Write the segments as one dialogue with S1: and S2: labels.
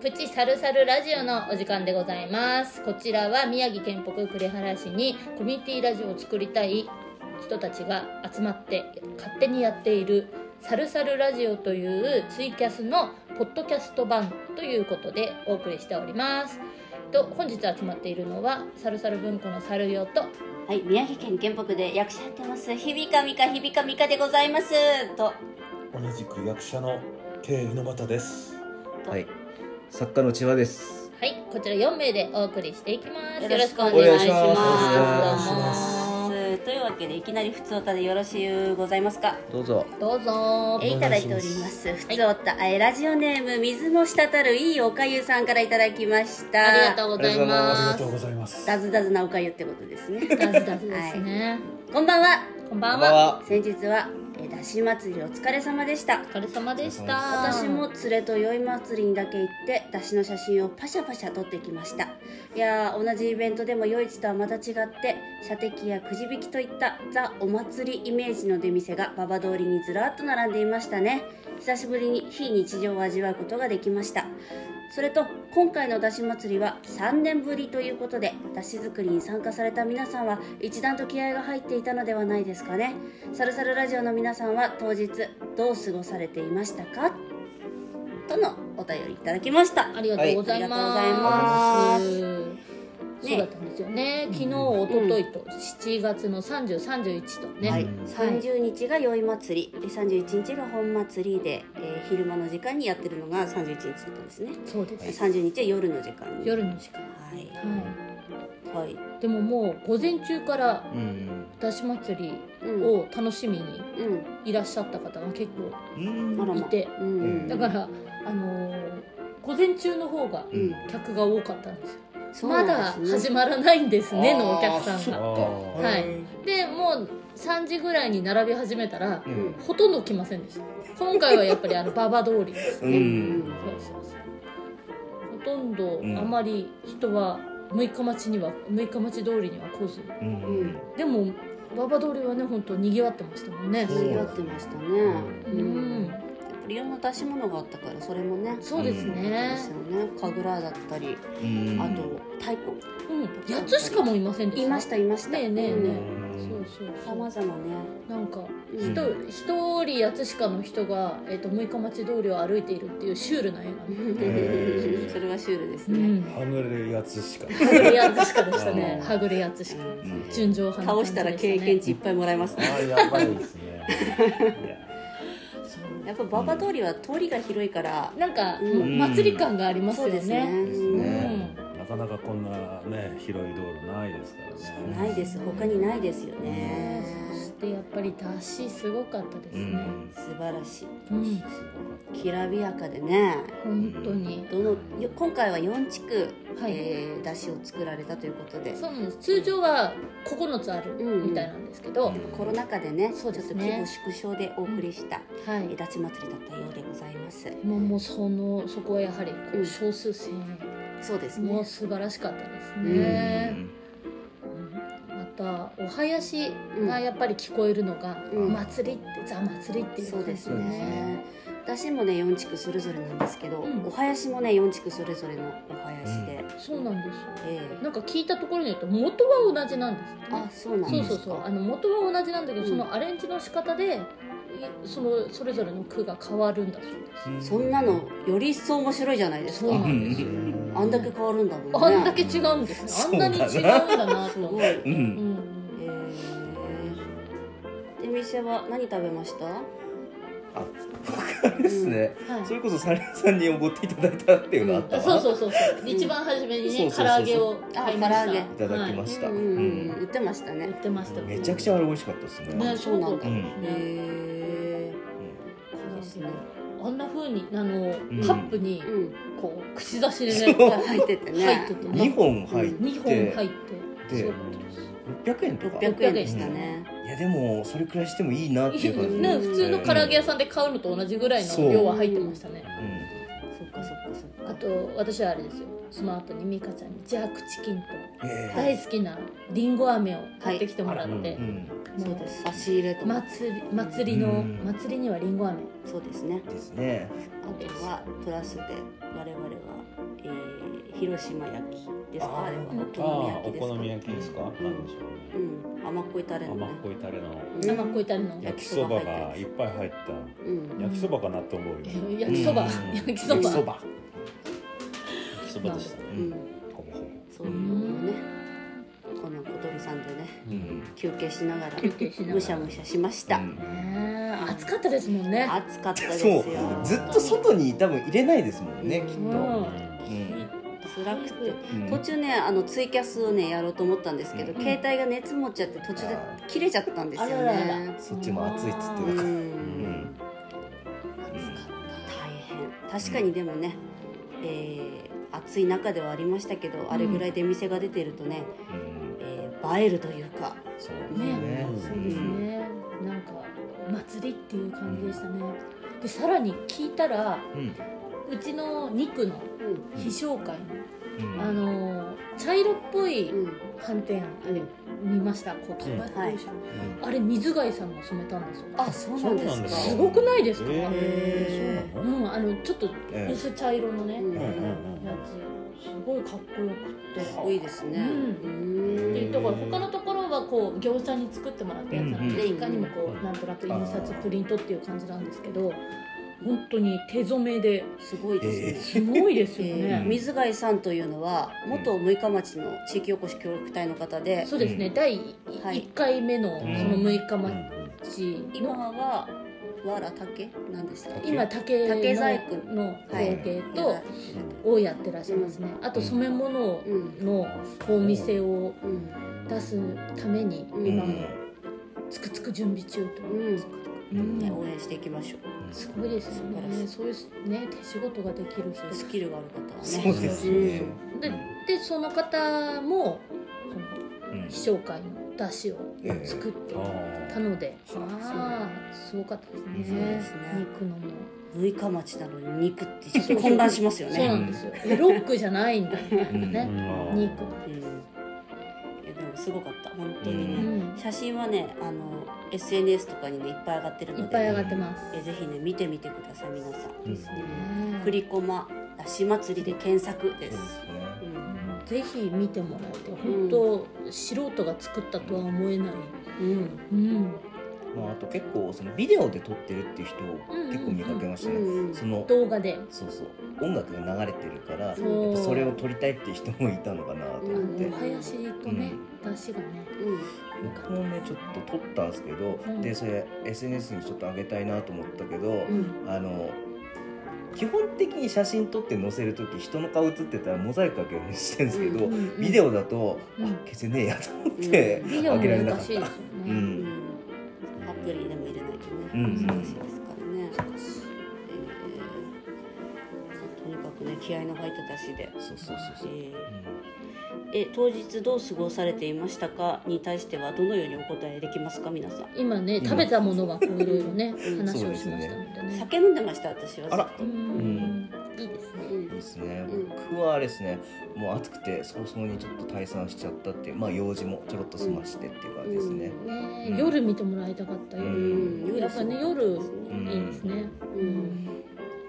S1: プチサルサルラジオのお時間でございますこちらは宮城県北栗原市にコミュニティラジオを作りたい人たちが集まって勝手にやっているサルサルラジオというツイキャスのポッドキャスト版ということでお送りしておりますと本日集まっているのはサルサル文庫のサルヨと
S2: はい、宮城県県北で役者やってます。ひびかみかひびかみかでございます。と、
S3: 同じく役者の K 猪俣です
S2: と
S4: はい。作家の千葉です。
S1: はいこちら4名でお送りしていきます
S2: よろしくお
S4: 願いします
S1: どうも
S2: というわけでいきなりふつおたでよろしゅうございますか。
S4: どうぞ。
S1: どうぞ
S2: えいただいております。ふつおた、えラジオネーム水の滴るいいおかゆさんからいただきました。
S1: ありがとうござい
S3: あ
S1: ま
S3: りがとう
S1: す
S3: ございます
S2: ダズダズなおかゆってことですね。
S1: ダズダズですね、
S2: こんばんは。
S1: こんば
S4: こ
S1: ん
S4: ん
S1: は
S4: ばんは。
S2: 先日は、えー、だし祭りお疲れ様でした。
S1: お疲れ様でした
S2: 私も連れと酔い祭りにだけ行って出汁の写真をパシャパシャ撮ってきましたいやー同じイベントでも夜市とはまた違って射的やくじ引きといったザお祭りイメージの出店が馬場通りにずらっと並んでいましたね久しぶりに非日常を味わうことができましたそれと今回のだし祭りは3年ぶりということでだし作りに参加された皆さんは一段と気合が入っていたのではないですかねサルサルラジオの皆さんは当日どう過ごされていましたかとのお便りいただきました
S1: ありがとうございます、
S2: はいありがとうご
S1: そうだったんですよね昨日一昨日と7月の3031とね、
S2: はい、
S3: うん
S2: 30日が宵祭りで31日が本祭りで、えー昼間の時間にやってるのが31日だったんですね
S1: そうです、
S2: 30日は夜の時間に
S1: 夜の時間
S2: は、
S1: はい
S2: はい
S1: い、でももう午前中から
S4: うん。
S1: だし祭り
S2: うん
S1: を楽しみに
S2: うん
S1: いらっしゃった方が結構
S4: うん
S2: あらま
S1: いて
S2: うんうん、
S1: だからあのー午前中の方が
S2: うん
S1: 客が多かったんですよ、
S2: そう
S1: ま
S2: な
S1: だ
S2: んです
S1: 始
S2: ね
S1: まらないんですねのお客さん
S4: あ
S1: が
S4: ーそっか
S1: はいでもう3時ぐらいに並び始めたら、
S4: うん。
S1: ほとんど来ませんでした今回はやっぱりあの馬場通りです
S4: う
S1: ね、
S4: ん。
S1: そうそうそうほとんど
S4: ん
S1: あまり人は6日待ちには6日待ち通りには来ず
S4: う
S2: うん
S4: ん。
S1: でも馬場通りはね本当にぎわってましたもんね
S4: そう
S2: 賑わってましたね、
S1: う、
S2: うんん、やっぱりいろんな出し物があったからそれもね
S1: そうです
S2: で
S1: ね
S2: すよね神楽だったり、
S4: うん。
S2: あと太鼓
S1: うん、8つしかもいませんでした
S2: いましたいました
S1: ねえねえねえ、
S4: うん
S1: そうそう
S2: さ
S1: そう
S2: まざまね
S1: なんか
S2: うん
S1: 一
S4: う
S1: 人八つしかの人が、えー、と6日町通りを歩いているっていうシュールな映画ね
S4: へー
S2: それはシュールです
S1: う
S2: ね、
S1: ん
S3: はぐれるやつしか
S1: はぐれやつしかでしたね
S4: あー
S1: はぐれやつし
S2: う
S1: か
S2: ん
S4: うん
S1: 純情派な
S2: 倒
S1: 感
S2: し
S1: じ
S2: たら
S1: でしたね
S2: 経験値いっぱいもらえます
S3: あ
S2: ね
S3: ーやばいですねいや
S2: やっぱ馬場通りは通りが広いから、
S1: なんか、
S2: うん
S1: 祭り感があります
S2: そ
S1: よ
S2: うですね
S1: ね
S4: ですね
S3: なかなかこんなね広い道路ないですから
S2: うん
S3: ね
S2: ないです他にないですよね、
S1: そしてやっぱり出汁すごかったです
S4: う
S1: ね、
S4: ん。
S2: 素晴らしい
S1: うん
S3: すごかっ
S2: きらびやかでね
S1: 本当に、
S2: どのよ今回は4地区、
S1: はい
S2: えー、出汁を作られたということで
S1: そうなんです通常は9つあるみたいなんですけど、
S4: うんうん
S2: コロナ禍でね
S1: そうですね
S2: ちょっと規模縮小でお送りした、
S1: は
S2: え
S1: い
S2: ー、立ち祭りだったようでございます
S1: もうもうそのそこはやはりこ
S2: う
S1: うん少数精鋭、
S2: そうです
S1: もう
S2: ね
S1: 素晴らしかったです
S4: う
S1: ね、
S4: ん
S1: またお囃子がやっぱり聞こえるのが、
S2: うん
S1: 祭りってザ祭りっていう
S2: そう
S1: 感じ
S2: ですね出汁もね4地区それぞれなんですけど、
S1: うん
S2: お囃子もね4地区それぞれのお囃子で、
S4: う
S1: そうなんですよ
S2: え
S1: なんか聞いたところによると元は同じなんですって
S2: ーあ
S1: ね
S2: そうなん
S1: そう
S2: です
S1: そ
S2: か
S1: うそうあの元は同じなんだけど、
S2: うん
S1: そのアレンジの仕方でいそのそれぞれの句が変わるんだそうです、
S2: そ
S4: う
S2: んなのより一層面白いじゃないです
S1: そう
S2: か
S1: なんで
S3: た
S1: すよ
S2: あんだけ変わるんだもんね
S1: あんだけ違うんですね、あんなに違うんだな
S2: す
S1: と
S2: ご
S1: 思
S2: い
S1: って
S2: え
S4: う
S1: うん
S4: ん。
S1: うん
S2: で店は何食べました
S4: あ、僕あれですね。
S1: はい
S4: それこそサリアさんにおごっていただいたっていうのあったわ。
S1: そうそうそうそう一番初めにね、
S4: うん
S1: 唐揚げを買いました
S2: あ唐揚げい
S4: ただきました。
S2: う
S4: うん
S2: うんうん
S4: ん。
S2: 売ってました
S1: はい
S2: ね
S1: 売ってました
S4: めちゃくちゃあれ美味しかったです
S1: ね
S4: ね。
S1: そうなんだ、ね
S2: う
S4: ん
S2: へ
S1: 唐揚
S2: い
S1: げ
S2: いですね
S1: あんな風にあの
S4: ん
S1: カップに
S2: えうん
S1: こう口出しでね
S4: そう
S2: 入っててね
S1: 入ってて
S4: 二
S1: ね
S4: 本入って。
S1: 2本入って
S4: で
S1: そう
S4: 六百円とか。
S2: 600円でしたね
S4: いやでもそれくらいしてもいいなっていう感じ。
S1: ね、普通の唐揚げ屋さんで買うのと同じぐらいの量は入ってましたね
S2: そっかそっかそっか
S1: あと私はあれですよその後に美香ちゃんにジャークチキンと
S4: うん。ええ
S1: 大好きなりんご飴を買ってきてもらって、
S3: はい
S4: うん
S2: そうです差し入れとか
S1: 祭り祭りの、
S4: うん
S1: 祭りにはりんご飴
S2: そうですね
S4: ですね。
S2: あとはプラスで我々は広島焼きですかあれは
S4: あ
S2: お
S3: ああ
S2: 好み焼き
S3: お
S2: ですか
S3: 好
S2: うん
S3: み焼きですかなんでしょ
S2: う
S3: うん
S2: 甘っこいタレの
S3: ね
S2: ね
S3: 甘っこいタレの
S2: うん
S1: 甘っこいたれの
S2: ん
S3: 焼きそばがいっぱい入っ
S2: うん
S3: た焼きそばかなと思うよね
S1: 焼きそば
S4: うん
S1: 焼きそ
S4: 焼きそ
S1: ば
S4: ば
S3: 焼きそばでしたね
S2: う
S4: うんんほぼほぼ
S2: そういうのをねこの小鳥さんでね
S3: うん
S2: 休憩しながら
S1: 休憩しながら
S2: むしゃむしゃしました、
S4: うん
S1: ねえ暑かったですもんね
S2: 暑かったです
S4: そ
S2: よ
S4: うずっと外に多分入れないですもんねきっと
S1: う
S4: うん
S1: ん
S2: 辛くて
S4: うん
S2: 途中ねあのツイキャスをねやろうと思ったんですけど、
S4: うん
S2: 携帯が熱持っちゃって途中で
S4: あー
S2: 切れちゃったんですよね
S1: あららら
S4: そっちも暑いっつっ
S2: う
S4: てだから
S2: ん暑かった大変確かにでもね、えー暑い中ではありましたけど、あれぐらいで店が出てるとね、
S4: うん
S2: えー映えるというか
S4: そう
S1: ね
S4: ね
S1: そうですねなんか祭りっていう感じでしたねでさらに聞いたら
S4: うん
S1: うちの肉の
S2: うん
S1: 非紹介
S4: うん
S1: のあの茶色っぽい
S2: うん
S1: 寒天
S2: うん
S1: 見ましたこう飛ば
S3: う
S1: してるでしょあれ水貝さんが染めたんですよ
S2: あそうなんですか
S1: すごくないですか
S3: えーそう
S1: う
S3: なの
S1: んあのちょっと
S4: え
S1: 薄茶色のね
S2: うん
S3: うんうんう
S1: や
S3: ん
S1: つすごいかっこよくって
S2: かっこいいですね、
S1: う
S2: うーん
S1: でだから他のところはこう業者に作ってもらったやつなんで、
S2: うんうん
S1: いかにもこうなんとなく印刷プリントっていう感じなんですけど本当に手染めです
S2: ごいです
S1: す
S2: ね、
S1: ごいですよ
S2: えー
S1: ね、
S2: 水貝さんというのは元六日町の地域おこし協力隊の方で、
S1: そうですね、
S4: うん
S1: 第
S2: はい
S1: 1回目のその6日
S3: うん
S1: 町
S2: 今
S1: の
S2: はわら竹なんですか
S1: 今竹の
S2: 竹細工
S1: の工程
S2: は
S1: と
S2: い
S1: をやってらっしゃいますね、あと染め物
S2: うん
S1: のこうお店を
S2: うん
S1: 出すために
S2: うん
S1: 今もつくつく準備中と
S2: う
S1: いう、
S2: ん、
S1: うん
S2: ね応援していきましょう
S1: すごいですよ
S2: 素晴らし
S1: ね
S2: い
S1: そういうね手仕事ができる人
S2: スキルがある方はね
S4: そうですね
S1: ででその方もその
S4: うん
S1: 非紹介の出汁を
S4: ええ
S1: 作って
S3: あ
S1: たので、
S2: あ
S1: ああすごかったですね
S4: そう
S2: ですね
S1: 肉のも
S2: 六日町なのに肉ってちょっと混乱しますよ
S1: そうな
S2: ね
S1: んですよでロックじゃないんだみたいな
S4: うん
S1: ね、
S3: ーうん
S1: 肉
S2: うんいやでもすごかった本当に
S1: う
S2: ね、
S1: ん
S2: 写真はねあの SNS とかにねいっぱい上がってる
S1: いっ
S2: の
S1: ぱい
S2: で
S1: 上がってます、
S2: えぜひね見てみてください皆さん
S4: うん
S1: ですね
S2: 栗駒だし祭りで検索です
S4: そうですね
S2: うん
S1: ぜひ見てもらえて本当、素人が作ったとは思えない、
S2: うん
S1: うん、
S4: まあ、あと結構そのビデオで撮ってるっていう人を結構見かけましたね、
S2: うんうん
S4: その
S1: 動画で
S4: そうそう音楽が流れてるからやっ
S1: そう
S4: ぱそれを撮りたいっていう人もいたのかなと
S1: あ
S4: 思って、
S1: のお囃子とね、出汁がね
S4: 僕もねちょっと撮ったんですけど、
S1: うん
S4: でそれ SNS にちょっと上げたいなと思ったけど、
S1: うん
S4: あの基本的に写真撮って載せる時人の顔写ってたらモザイクかけるようにしてるんですけど、
S1: うんうん
S4: ビデオだと、
S1: うん
S4: あ消せねえやと思って、
S1: ビデオも
S4: 上げられなか
S1: 難
S4: っ
S1: しいですよね
S4: た。、うん
S2: アプリでも入れないとね、
S4: うん
S2: 難しいですからね、えーとにかくね気合の入った出しで、
S4: そうそう
S2: え
S4: そうそう、
S2: ーえ当日どう過ごされていましたかに対してはどのようにお答えできますか皆さん
S1: 今ね
S4: 今
S1: 食べたものがこういろいろね
S2: ん
S1: 話をしましたのでね
S2: 酒飲んでました私は
S4: あら
S1: うーんいいです
S2: う
S1: ね
S4: いい
S2: ん
S4: ですね
S2: うん
S4: 僕はあれですねもう暑くて早々にちょっと退散しちゃったっていうまあ用事もちょろっと済ましてっていう感じですね、
S1: ねえ
S4: うん
S1: 夜見てもらいたかったよ、
S4: う
S2: うんん
S1: やっぱね夜いいですね、
S2: う
S1: うんん、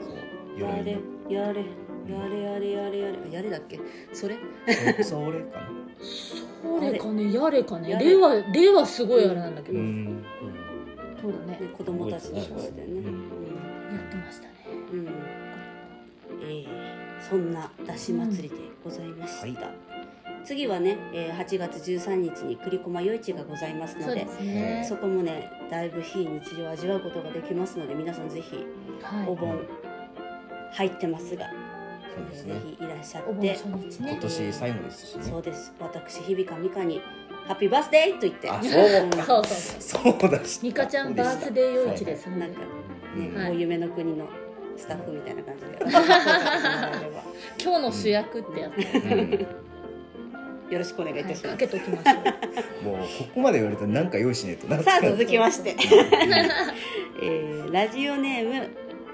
S4: そう
S2: や
S4: 夜
S2: れ
S4: に
S2: やれやれやれやれやれあやれだっけそれ
S4: そそれかな
S1: それかねやれかね
S2: やれ
S1: 例は例はすごいあれなんだけ
S4: う
S1: ど、
S4: ん
S1: そうだね
S2: ね、子供たちの声でね、
S1: やってましたね
S2: うんうんえーそんなだし祭りでございました、
S4: うんは
S2: 次はね、えー8月13日に栗駒夜市がございます
S1: そ
S2: の
S1: う
S2: で
S1: です
S2: そ
S1: ね
S2: こもねだいぶ非日常を味わうことができますので皆さんぜひ
S1: はい
S2: お盆入ってますが、
S4: そうですね
S2: ぜひいらっしゃ
S1: お
S2: っ
S1: 盆
S2: て
S1: 初日
S4: 今
S1: ね
S4: 年最後ですしね
S2: そうです私日比か美香に「ハッピーバースデー!」と言って
S4: あそう
S2: うん
S1: そうそうそう
S4: そうだし
S1: ミカちゃんバースデー夜市ですもん
S2: な
S1: ね
S2: んか
S4: う
S2: ね、
S4: ん
S1: はい
S2: もう夢の国のスタッフみたいな感じで
S1: 今日の主役ってやつ、
S4: うん
S2: よろしくお願いい
S1: は
S2: た
S1: い、
S2: し
S1: か
S2: ます。
S1: けときましょう
S4: もうここまで言われたらなんか用意しねえとな
S2: さあ続きまして、
S4: は
S2: えーラジオネーム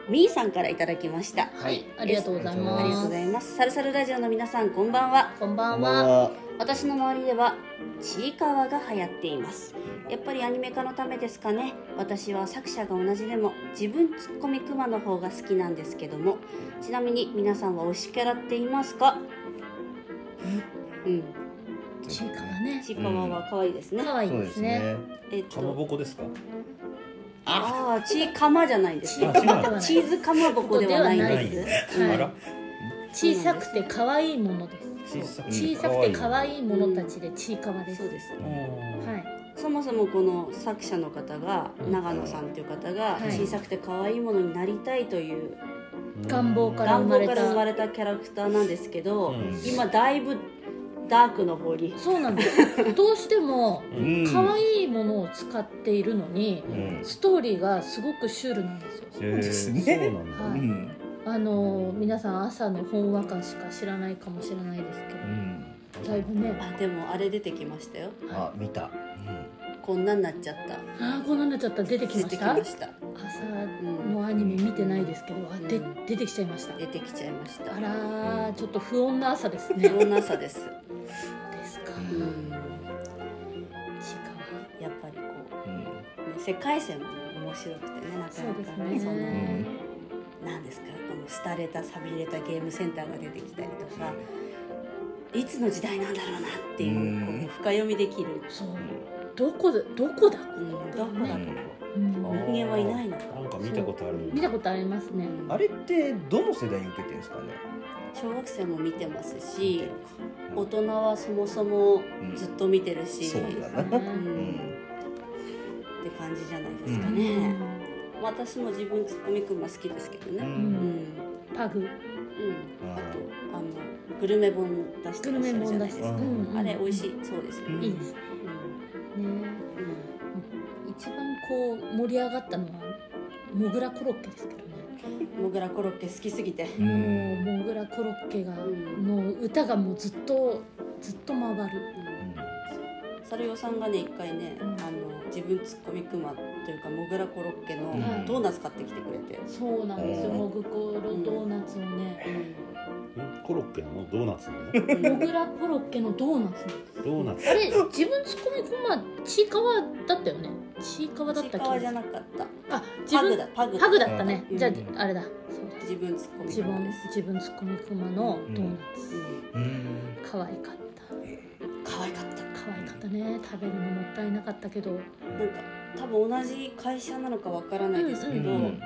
S2: みーさんからいただきました。
S1: はいありがとうございます
S2: ありがとうございます。サルサルラジオの皆さんこんばんは。
S1: こんば
S4: こ
S1: ん
S4: んばん
S1: は
S4: は
S2: 私の周りではちいかわが流行っています。やっぱりアニメ化のためですかね。私は作者が同じでも自分ツッコミクマの方が好きなんですけども。ちなみに皆さんは推しキャラっていますか？うん。
S1: ちいかわね
S2: シーパマは可愛いですね。
S1: 可愛い
S4: そう
S1: で
S4: ですす
S1: ね
S4: ね。
S2: えっ
S3: かま
S2: と、
S3: ぼこですか
S2: ああ、チーカマじゃないんですね
S3: あ。違う
S1: ではない
S2: チーズかまぼこではないんです。
S1: はい
S3: あら
S1: 小さくて可愛いものです
S3: 小さく
S1: 小さくて可愛いものたちでちいかわです、
S2: そうです。
S1: はい、
S2: そもそもこの作者の方が
S3: うん
S2: 長野さんという方が
S1: はい
S2: 小さくて可愛いものになりたいという
S1: 願望から生
S2: 願
S1: ま
S2: 望
S1: れ
S2: か
S1: た
S2: ら生まれたキャラクターなんですけど、
S3: うん
S2: 今だいぶダークの方に
S1: そうなんですどうしても
S4: うん
S1: 可愛いものを使っているのに
S4: うん
S1: ストーリーがすごくシュールなんですよ
S3: へー
S4: ですね
S3: そうなんだ
S1: は
S4: う
S1: い
S4: ん
S1: あのー皆さん朝のほんわかしか知らないかもしれないです
S4: う
S1: け
S4: ん
S1: どだいぶね
S2: あでもあれ出てきましたよ
S4: あ見た
S2: こんなんなっちゃった
S1: あーこんなんなっちゃった出てき
S2: 出
S1: ま
S2: て
S1: し
S2: き
S1: た
S2: ま
S1: 朝
S2: した、うん、
S1: のアニメ見てないですけどあで
S2: うん
S1: 出てきちゃいました
S2: 出てきちゃいました
S1: あらーちょっと不穏な朝ですね
S2: いろんな朝です、
S1: ですか
S2: うん、
S1: ちいかわ
S2: やっぱりこ
S4: うん
S2: う、ね、世界線も面白くてねなか
S1: そうで
S2: な
S1: す
S2: か
S1: ね
S2: ねそ
S4: うんう
S2: の
S4: ん
S2: なんですかこの廃れた寂れたゲームセンターが出てきたりとかいつの時代なんだろうなっていうこう
S4: うん
S2: 深読みできる、
S1: そう
S4: うん
S1: どこだどこだ、
S2: うん、どこだ
S4: う
S1: う
S2: か
S4: ん
S1: ん
S3: あー
S2: 人間はいないのか
S3: なんか見たことある
S1: 見たことありますね
S4: あれってどの世代に受けてるんですかね
S2: 小学生も見てますし
S4: うん
S2: 大人はそもそもずっと見てるし、
S4: そうだな
S1: ね
S2: うんっ
S4: うん
S2: て感じじゃないですかね、まあ私も自分ツッコミくんは好きですけど
S4: う
S2: ねうんん、うん
S1: パグ
S2: あとあのグルメ本出して
S1: グ
S2: ら
S1: ル
S2: っ
S1: メ
S2: しゃる
S1: も
S2: じゃ
S1: ん
S2: な
S1: だ
S2: いで
S1: し
S2: す
S1: です、う
S2: か、
S4: うん
S1: んうん
S2: あれ美味しいそうですよね
S1: いいですねね
S2: うんうん
S1: 一番こう盛り上がったのはモグラコロッケですけどね
S2: モグラコロッケ好きすぎて
S4: うん
S1: もうモグラコロッケが
S2: うん
S1: の歌がもうずっとずっと回る
S2: サルヨさんがね一回ね、
S1: うん
S2: あの自分ツッコミクマというかモグラコロッケ
S4: う
S2: の
S4: ん
S2: ドーナツ買ってきてくれて、
S1: そうなんですよ
S4: うん
S1: モグコロドーナツをね
S3: うんコロッケなのドーナツなの
S1: モグラコロッケのドーナツなんです
S3: ドーナツ
S1: あれ自分ツッコミコマちいかわだったよねちいかわだっ
S2: ちい
S1: た
S2: か
S1: っけ
S2: わじゃなかった
S1: あ自
S2: パグ
S1: 分
S2: だパグ
S1: パグだったね
S2: うん
S1: じゃああれだそうだ
S2: 自分ツッコミ
S1: 自
S2: クマ
S1: 分
S2: です、
S1: 自分ツッコミクマのドーナ
S2: う
S1: ツ、
S2: ん、
S4: うん
S1: 可愛かった
S2: 可愛かった
S1: 可愛かったね食べるのもったいなかったけ ど
S2: なんか多分同じ会社なのかわからないですけど、
S1: うん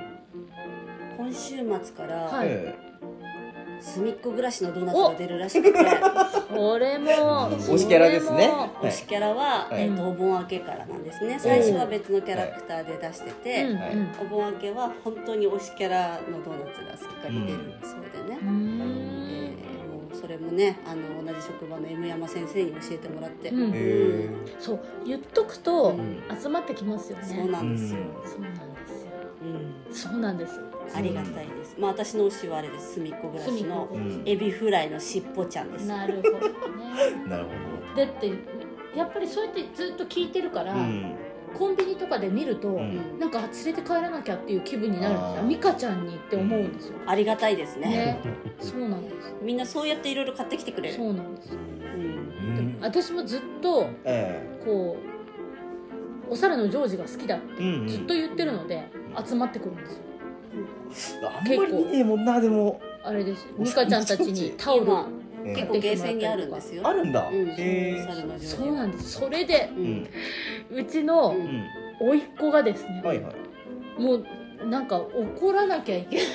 S2: 今週末から、
S1: はい
S4: え
S2: 隅っこ暮らしのドーナツが出るらしくて
S1: これも
S4: 推しキャラですね
S1: そ
S2: 推しキャラは、
S4: はい
S2: えーとお盆明けからなんですね最初は別のキャラクターで出してて、
S1: れも
S4: はい
S1: うん
S2: お盆明けは本当に推しキャラのドーナツがすっかり出るそうでね、
S1: うん
S2: えーもうそれもねあの同じ職場の M 山先生に教えてもらって、
S1: うん
S4: えへえ
S1: そう言っとくと
S2: うん
S1: 集まってきますよね
S2: そうなんですよ、
S1: そうなんですよ
S2: うん
S1: そうなんです
S2: ありがたいですまあ私の推しはあれです隅っこ暮らしの
S1: 隅っこ
S4: うん
S2: エビフライのしっぽちゃんです
S1: なるほどね
S4: なるほ
S1: だってやっぱりそうやってずっと聞いてるから、
S4: どうん
S1: コンビニとかで見ると、
S4: うん
S2: うん
S1: なんかあ連れて帰らなきゃっていう気分になるんです
S4: あ
S1: よ
S4: ー
S1: ミカちゃんにって思うんですよ、
S2: ありがたいですね
S1: ねそうなんです
S2: みんなそうやっていろいろ買ってきてくれ
S1: そ
S2: る
S1: うなんです
S2: うん
S4: うん
S1: 私もずっと
S4: え
S1: こうお皿のジョージが好きだって
S4: えうんうん
S1: ずっと言ってるので
S4: うん
S1: 集まってくるんですよ
S4: あんまりねえもんなでも
S1: あれですミカちゃんたちにタオル
S2: 今
S4: ええ
S2: 結構ゲーセンにあるんですよ
S4: あるんだ
S2: うん
S4: へえ
S2: 猿の上
S1: そうなんですそれで
S2: う
S4: うんん
S1: うちの
S2: うん
S4: うん
S1: 甥っ子がですね、
S4: はいはい
S1: もうなんか怒らなきゃいけない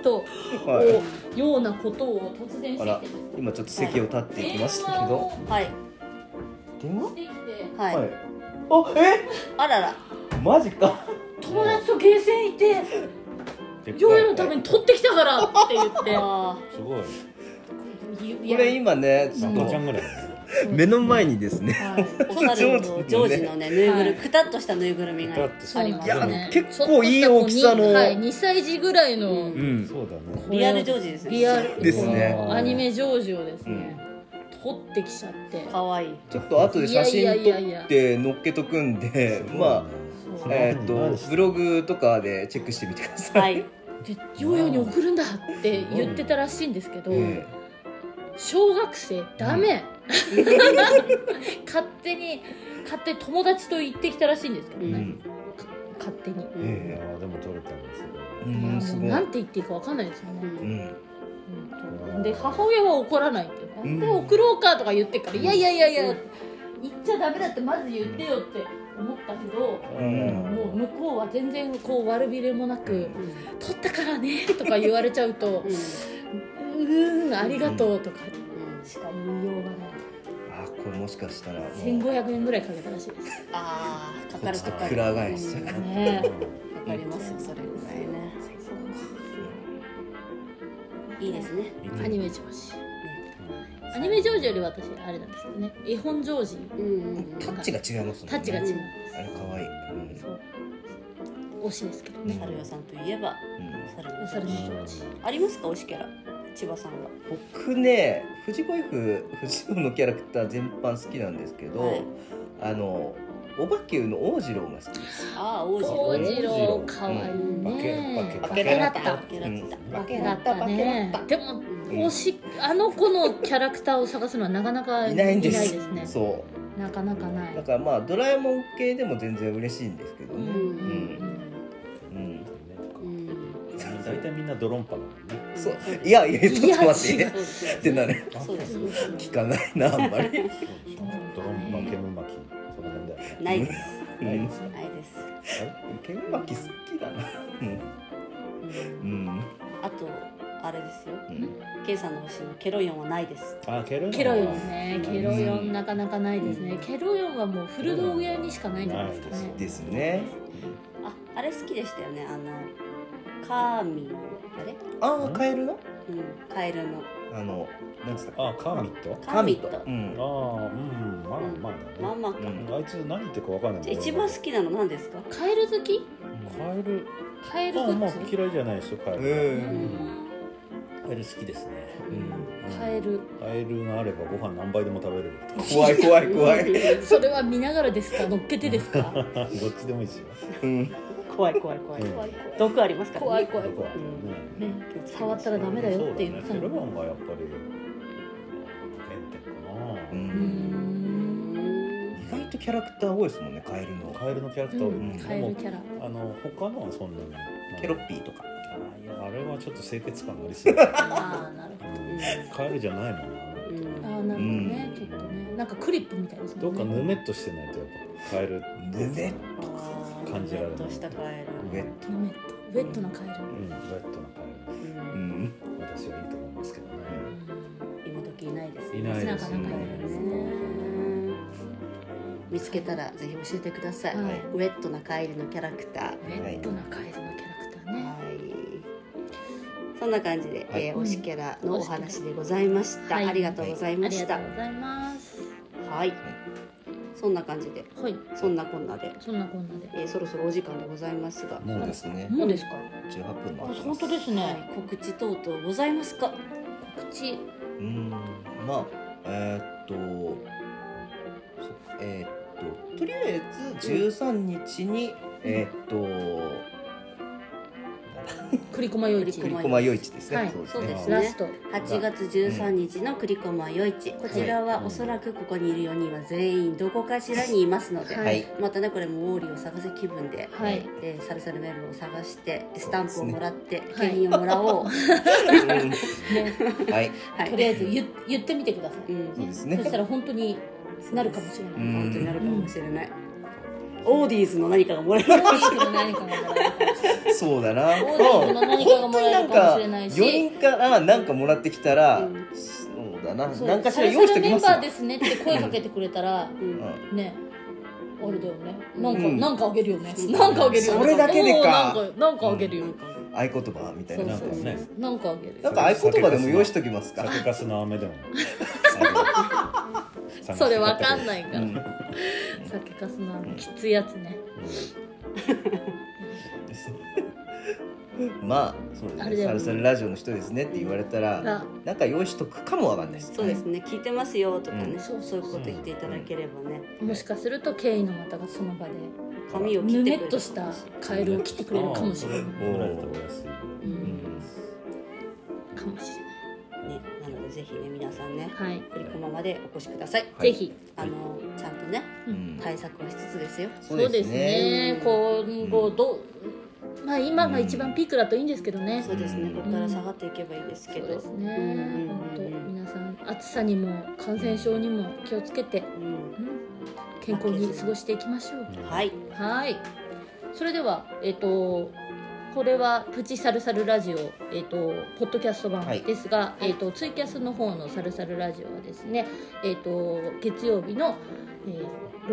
S1: と
S4: はい
S1: ようなことを突然してきてですね
S4: 今ちょっと席を立っていきましたけ
S1: 電
S4: ど
S1: 話
S2: はい
S1: をし
S4: 電話
S1: てきて
S2: はい、
S4: あえ
S2: あらら
S4: マジか
S1: 友達とゲーセン行ってジョイのために取ってきたからって言っ
S2: あー
S3: すごい
S1: てい
S4: こ
S1: や
S4: れ今ねちょっ
S3: 赤ちゃ
S4: と
S3: んぐらいだね
S4: 目の前にですね
S1: はい
S2: お猿のジョージのねぬいぐる
S1: は
S2: みくたっとしたぬいぐるみが
S3: だって
S1: そうなんですね
S4: いや結構いい大きさの
S1: はい、2歳児ぐらいの、
S2: うん
S4: ん
S3: そうだね
S2: リアルジョージですね
S1: リアル
S4: ですね
S1: アニメジョージをですね、取ってきちゃって
S2: かわいい
S4: ちょっと後で写
S1: いや
S4: 真
S1: いや
S4: 撮
S1: いやいや
S4: ってのっけとくんで、ま
S1: そ
S4: あ、
S1: う
S4: えっ、と、ブログとかでチェックしてみてください。
S2: はい
S1: でジョーヨに送るんだって言ってたらしいんですけど、
S4: え
S1: 小学生ダメ、勝手に勝手に友達と行ってきたらしいんですけど
S4: えう
S1: ね、
S4: ん、
S1: 勝手に。
S2: うん
S3: いやーでも取れたんですよ
S4: う
S1: いや
S4: ん、
S1: も
S4: す
S1: う
S4: ごい。
S1: なんて言っていいかわかんないですよね、
S4: うん、
S1: うんで母親は怒らないって「なんで送ろうか」とか言ってから「いやいやいやいや言っちゃダメだってまず言ってよ」って思ったけど
S4: うん
S1: もう向こうは全然こう悪びれもなく
S2: うん
S1: 「取ったからね」とか言われちゃうと「うーんありがとう」とかしか言いようがない
S4: あこれもしかしたらもう
S1: 1500円ぐらいかけたらしいです
S2: ああかかるかかる
S4: 裏返しちゃ
S2: う
S4: う
S2: ん
S4: か
S2: から
S1: ね
S2: かりますよそれぐらいねいいですね
S1: アニメ上司アニメ上司より私あれなんですけどね絵本上司
S2: うんうんうん
S4: タッチが違いますもんね
S1: タッチが違う
S4: あれ可愛いうん
S1: そう推しですけどね
S2: 猿屋さんといえば猿屋さ
S1: 猿
S2: ん
S1: の上司
S2: ありますか推しキャラ千葉さんは
S4: うん僕ね藤子 F 藤子のキャラクター全般好きなんですけど、
S2: はい
S4: あのおばきゅうの王次郎が好きです
S2: ああ王子
S1: 王
S4: 子
S1: 次郎かわいいね
S4: うん
S1: バ
S4: バ
S1: ケ
S4: ケ
S1: だ
S4: ラ
S1: っ
S4: ッ
S1: た
S2: バケラッタ
S1: バケだったねでも推しあの子のキャラクターを探すのはなかなか
S4: いないんです
S1: ね
S4: そ
S1: なかなかな
S4: うだ
S1: い
S4: からまあドラえもん系でも全然嬉しいんですけど
S2: うん
S4: ね、うん、
S2: うん
S3: 大体みんなドロンパだもんね
S4: そういやいやちょっと待
S1: い
S4: ってね
S1: や
S2: そうですね
S4: ってなる
S2: そうですね
S4: 聞かないなあんまり
S3: ドロンパケムマキその辺だよね
S2: ないです
S3: ないですよ
S2: ないです
S4: ケンマキ好きだな
S2: うん
S4: うん
S2: あとあれですよ
S4: うん
S2: ケイさんの推しのケロヨンはないです
S3: あケロ
S1: ケロヨン
S3: ン
S1: ねケロヨンなかなかないですねケロヨンはもう古道具屋にしかないんじゃないですかね
S4: ですね
S2: ああれ好きでしたよねあのカーミンあれ
S4: ああカエルの
S2: うんカエルの
S4: あのなんつった
S3: あカーミット
S2: カーミット
S4: うん
S3: ああうんまあまあだね
S2: まあまあか
S4: うん
S3: あいつ何言ってるかわかんない
S2: じゃあ一番好きなの何ですか
S1: カエル好き
S3: カエル
S1: カエル
S3: ま
S1: グ
S3: あまあ
S1: ッズ
S3: 嫌いじゃないですよカエ
S4: う
S3: ル
S4: ん
S3: カエル好きですね
S1: カエル
S3: カエルがあればご飯何杯でも食べれる
S4: 怖い怖い怖い
S1: それは見ながらですか乗っけてですか
S3: どっちでもいいですよ
S4: うん
S2: 怖い怖い怖い
S3: うん
S2: 怖い毒ありますからね
S1: 怖い怖い
S3: どこ
S1: 怖
S3: はいね
S1: ね触ったらダメだよってい
S3: そううだねケロヨンがやっぱり原点か
S4: う
S1: うんん
S4: 意外とキャラクター多いですもんねカエル
S3: な
S4: の
S3: カエルのキャラクター多いね
S1: カエルキャラ
S3: でもあの他のはそんなに
S4: ケロッピーとか
S3: あいやあれはちょっと清潔感がありすぎ
S1: ああなるほ
S3: カエルじゃないもんな
S2: うんうん
S1: どああなるほどねちょっとねなんかクリップみたいです
S3: ど
S1: も
S3: っか
S1: ん
S3: ぬ
S1: ね
S3: めっとしてないとやっぱカエル
S4: ぬめっ
S2: あー
S3: 感じられない
S2: ちょっとしたカエル
S4: ウェッ
S1: ぬめっとウェットなカエル
S3: うんウェットなカエ
S2: う
S4: トうんん
S3: ル私はいいと思いますけどね
S2: 今時いないですね
S3: いないです
S1: なかなかいないですね
S2: 見つけたらぜひ教えてください、
S1: はい
S2: ウェットなカエルのキャラクタ
S1: ウェットなカエルのキャラクター
S2: ー
S1: ね
S2: はいそんな感じで、
S4: はい
S2: えー
S1: うん
S2: 推しキャラのお話でございました、
S1: はい
S2: ありがとうござい
S1: あ
S2: ま
S1: り
S2: し
S1: が
S2: た
S1: と
S2: は
S1: うございます
S2: い、そんな感じで
S1: はい
S2: そんなこんなで、
S1: そんなこんなで
S2: えーそろそろお時間でございますが、
S4: そうですね
S1: もうですか
S4: 18分もあります
S1: 本当ですね
S2: はい、告知等々ございますか
S1: 口
S4: うーんまあえーっとそえーっととりあえず13日に、えーっと
S1: 栗駒よいち
S2: 栗駒
S4: 駒夜市ですね、
S1: はい
S2: そうですね
S1: ラスト
S2: 8月13日の栗駒よいちこちらはおそらくここにいる4人は全員どこかしらにいますので、
S1: は
S4: はい
S2: またねこれもウォーリーを探せ気分で、
S1: はい
S2: えーサルサルメンバーを探してスタンプ
S4: そ
S2: を
S4: うですね
S2: もらって
S1: はい
S2: 権利をもらおう、
S1: ね
S4: うんはい
S2: はい
S1: とりあえず言言ってみてください
S2: うん
S4: そうですね
S1: そしたら本当になるかもしれ ない
S4: うん
S2: 本当になるかもしれない、オーディーズの何かがもらえ
S1: オ
S2: る
S1: ーディーズの何かがもらえるかもしれない
S4: そうだな
S1: オーディーズの何かがもらえるかもしれないし
S4: 4人から何かもらってきたら、
S2: うん
S4: そうだな
S1: そう
S4: 何かしら用意しておきます
S1: サ
S4: よ
S1: ルサルメンバーですねって声かけてくれたら
S2: うん
S1: ねあれだよねなんか、
S4: うん
S1: なんかあげるよね、
S2: うん
S1: なんかあげるよね
S4: それだけでか
S1: おーなんかなんかあげるよ、
S2: なんか
S4: うん合言葉みたいな
S1: そ
S4: な
S1: うんそ
S4: か
S1: う
S3: ね
S1: なんかあげるよ
S4: なんか合言葉でも用意しておきますか、
S3: 酒かすの飴でも
S1: それわかんないから、
S4: うん
S1: 酒かすのあのきついやつね
S4: まあそうで
S1: あ
S4: す
S1: れ
S4: ね
S1: だよ
S4: サルサルラジオの人ですねって言われた
S1: あ
S4: らなんか用意しとくかもわかんないです
S2: そうですね、聞いてますよとかね、
S4: うん
S2: そうそういうこと言っていただければね、
S1: もしかするとケイの股がその場で
S2: 髪を切
S1: ぬ
S2: って
S1: め
S2: くれ
S1: っ
S2: る
S1: としたカエルを切ってくれるかもしれない、
S3: あ
S1: う
S3: ーもらえたら安い
S1: ん、
S4: ん
S1: かもしれ
S2: ね、なのでぜひね皆さんね
S1: ないはい、
S2: 栗駒までお越しください、
S4: はい
S1: ぜひ
S2: あのちゃんとね
S4: うん
S2: 対策をしつつですよ
S1: そうですね今後どうまあ今が一番ピークだといいんですけどね、
S2: そうですねここから下がっていけばいいです
S1: そ
S2: け
S1: う
S2: ど
S1: ですね、
S2: うん
S1: 本当
S2: うんうん
S1: 皆さん暑さにも感染症にも気をつけて、
S2: うん
S1: うん健康に過ごしていきましょう、
S2: はい
S1: はいそれではえっ、とこれはプチサルサルラジオ、えっとポッドキャスト版
S4: はい
S1: ですが、えっとツイキャスの方のサルサルラジオはですね、えっと月曜日の、えー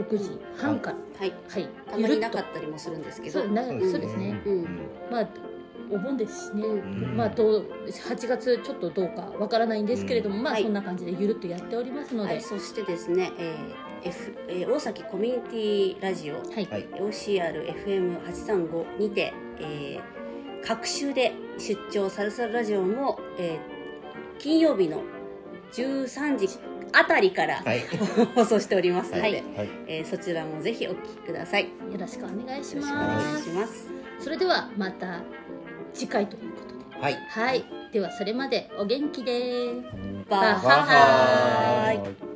S1: 6時半から、
S2: はい
S1: はい、
S2: たまにな
S1: と
S2: かったりもするんですけ
S1: そ
S2: ど
S1: うな
S4: うん
S1: そうですね、
S2: うん
S1: まあお盆ですしね、
S4: ん
S1: まあ、どう8月ちょっとどうかわからないんですけれども、
S4: うん
S1: まあ
S2: はい
S1: そんな感じでゆるっとやっておりますの
S2: は
S1: で、
S2: い、そしてですね、えー F えー大崎コミュニティラジオ
S1: はい
S4: はい
S2: OCRFM835 にて、えー、各週で出張サルサルラジオも、えー金曜日の13時あたりから、
S4: はい
S2: 放送しておりますので、
S1: はい
S4: はい
S2: えーそちらもぜひお聞きください。よ
S1: よろしくお願いし
S2: ろしくお願
S1: ま
S2: いし
S1: す。
S2: ます。
S1: それではまた次回ということで、
S4: はい
S1: はい、ではそれまでお元気で。
S2: バ
S1: バッハ
S2: ッハーイ
S4: イ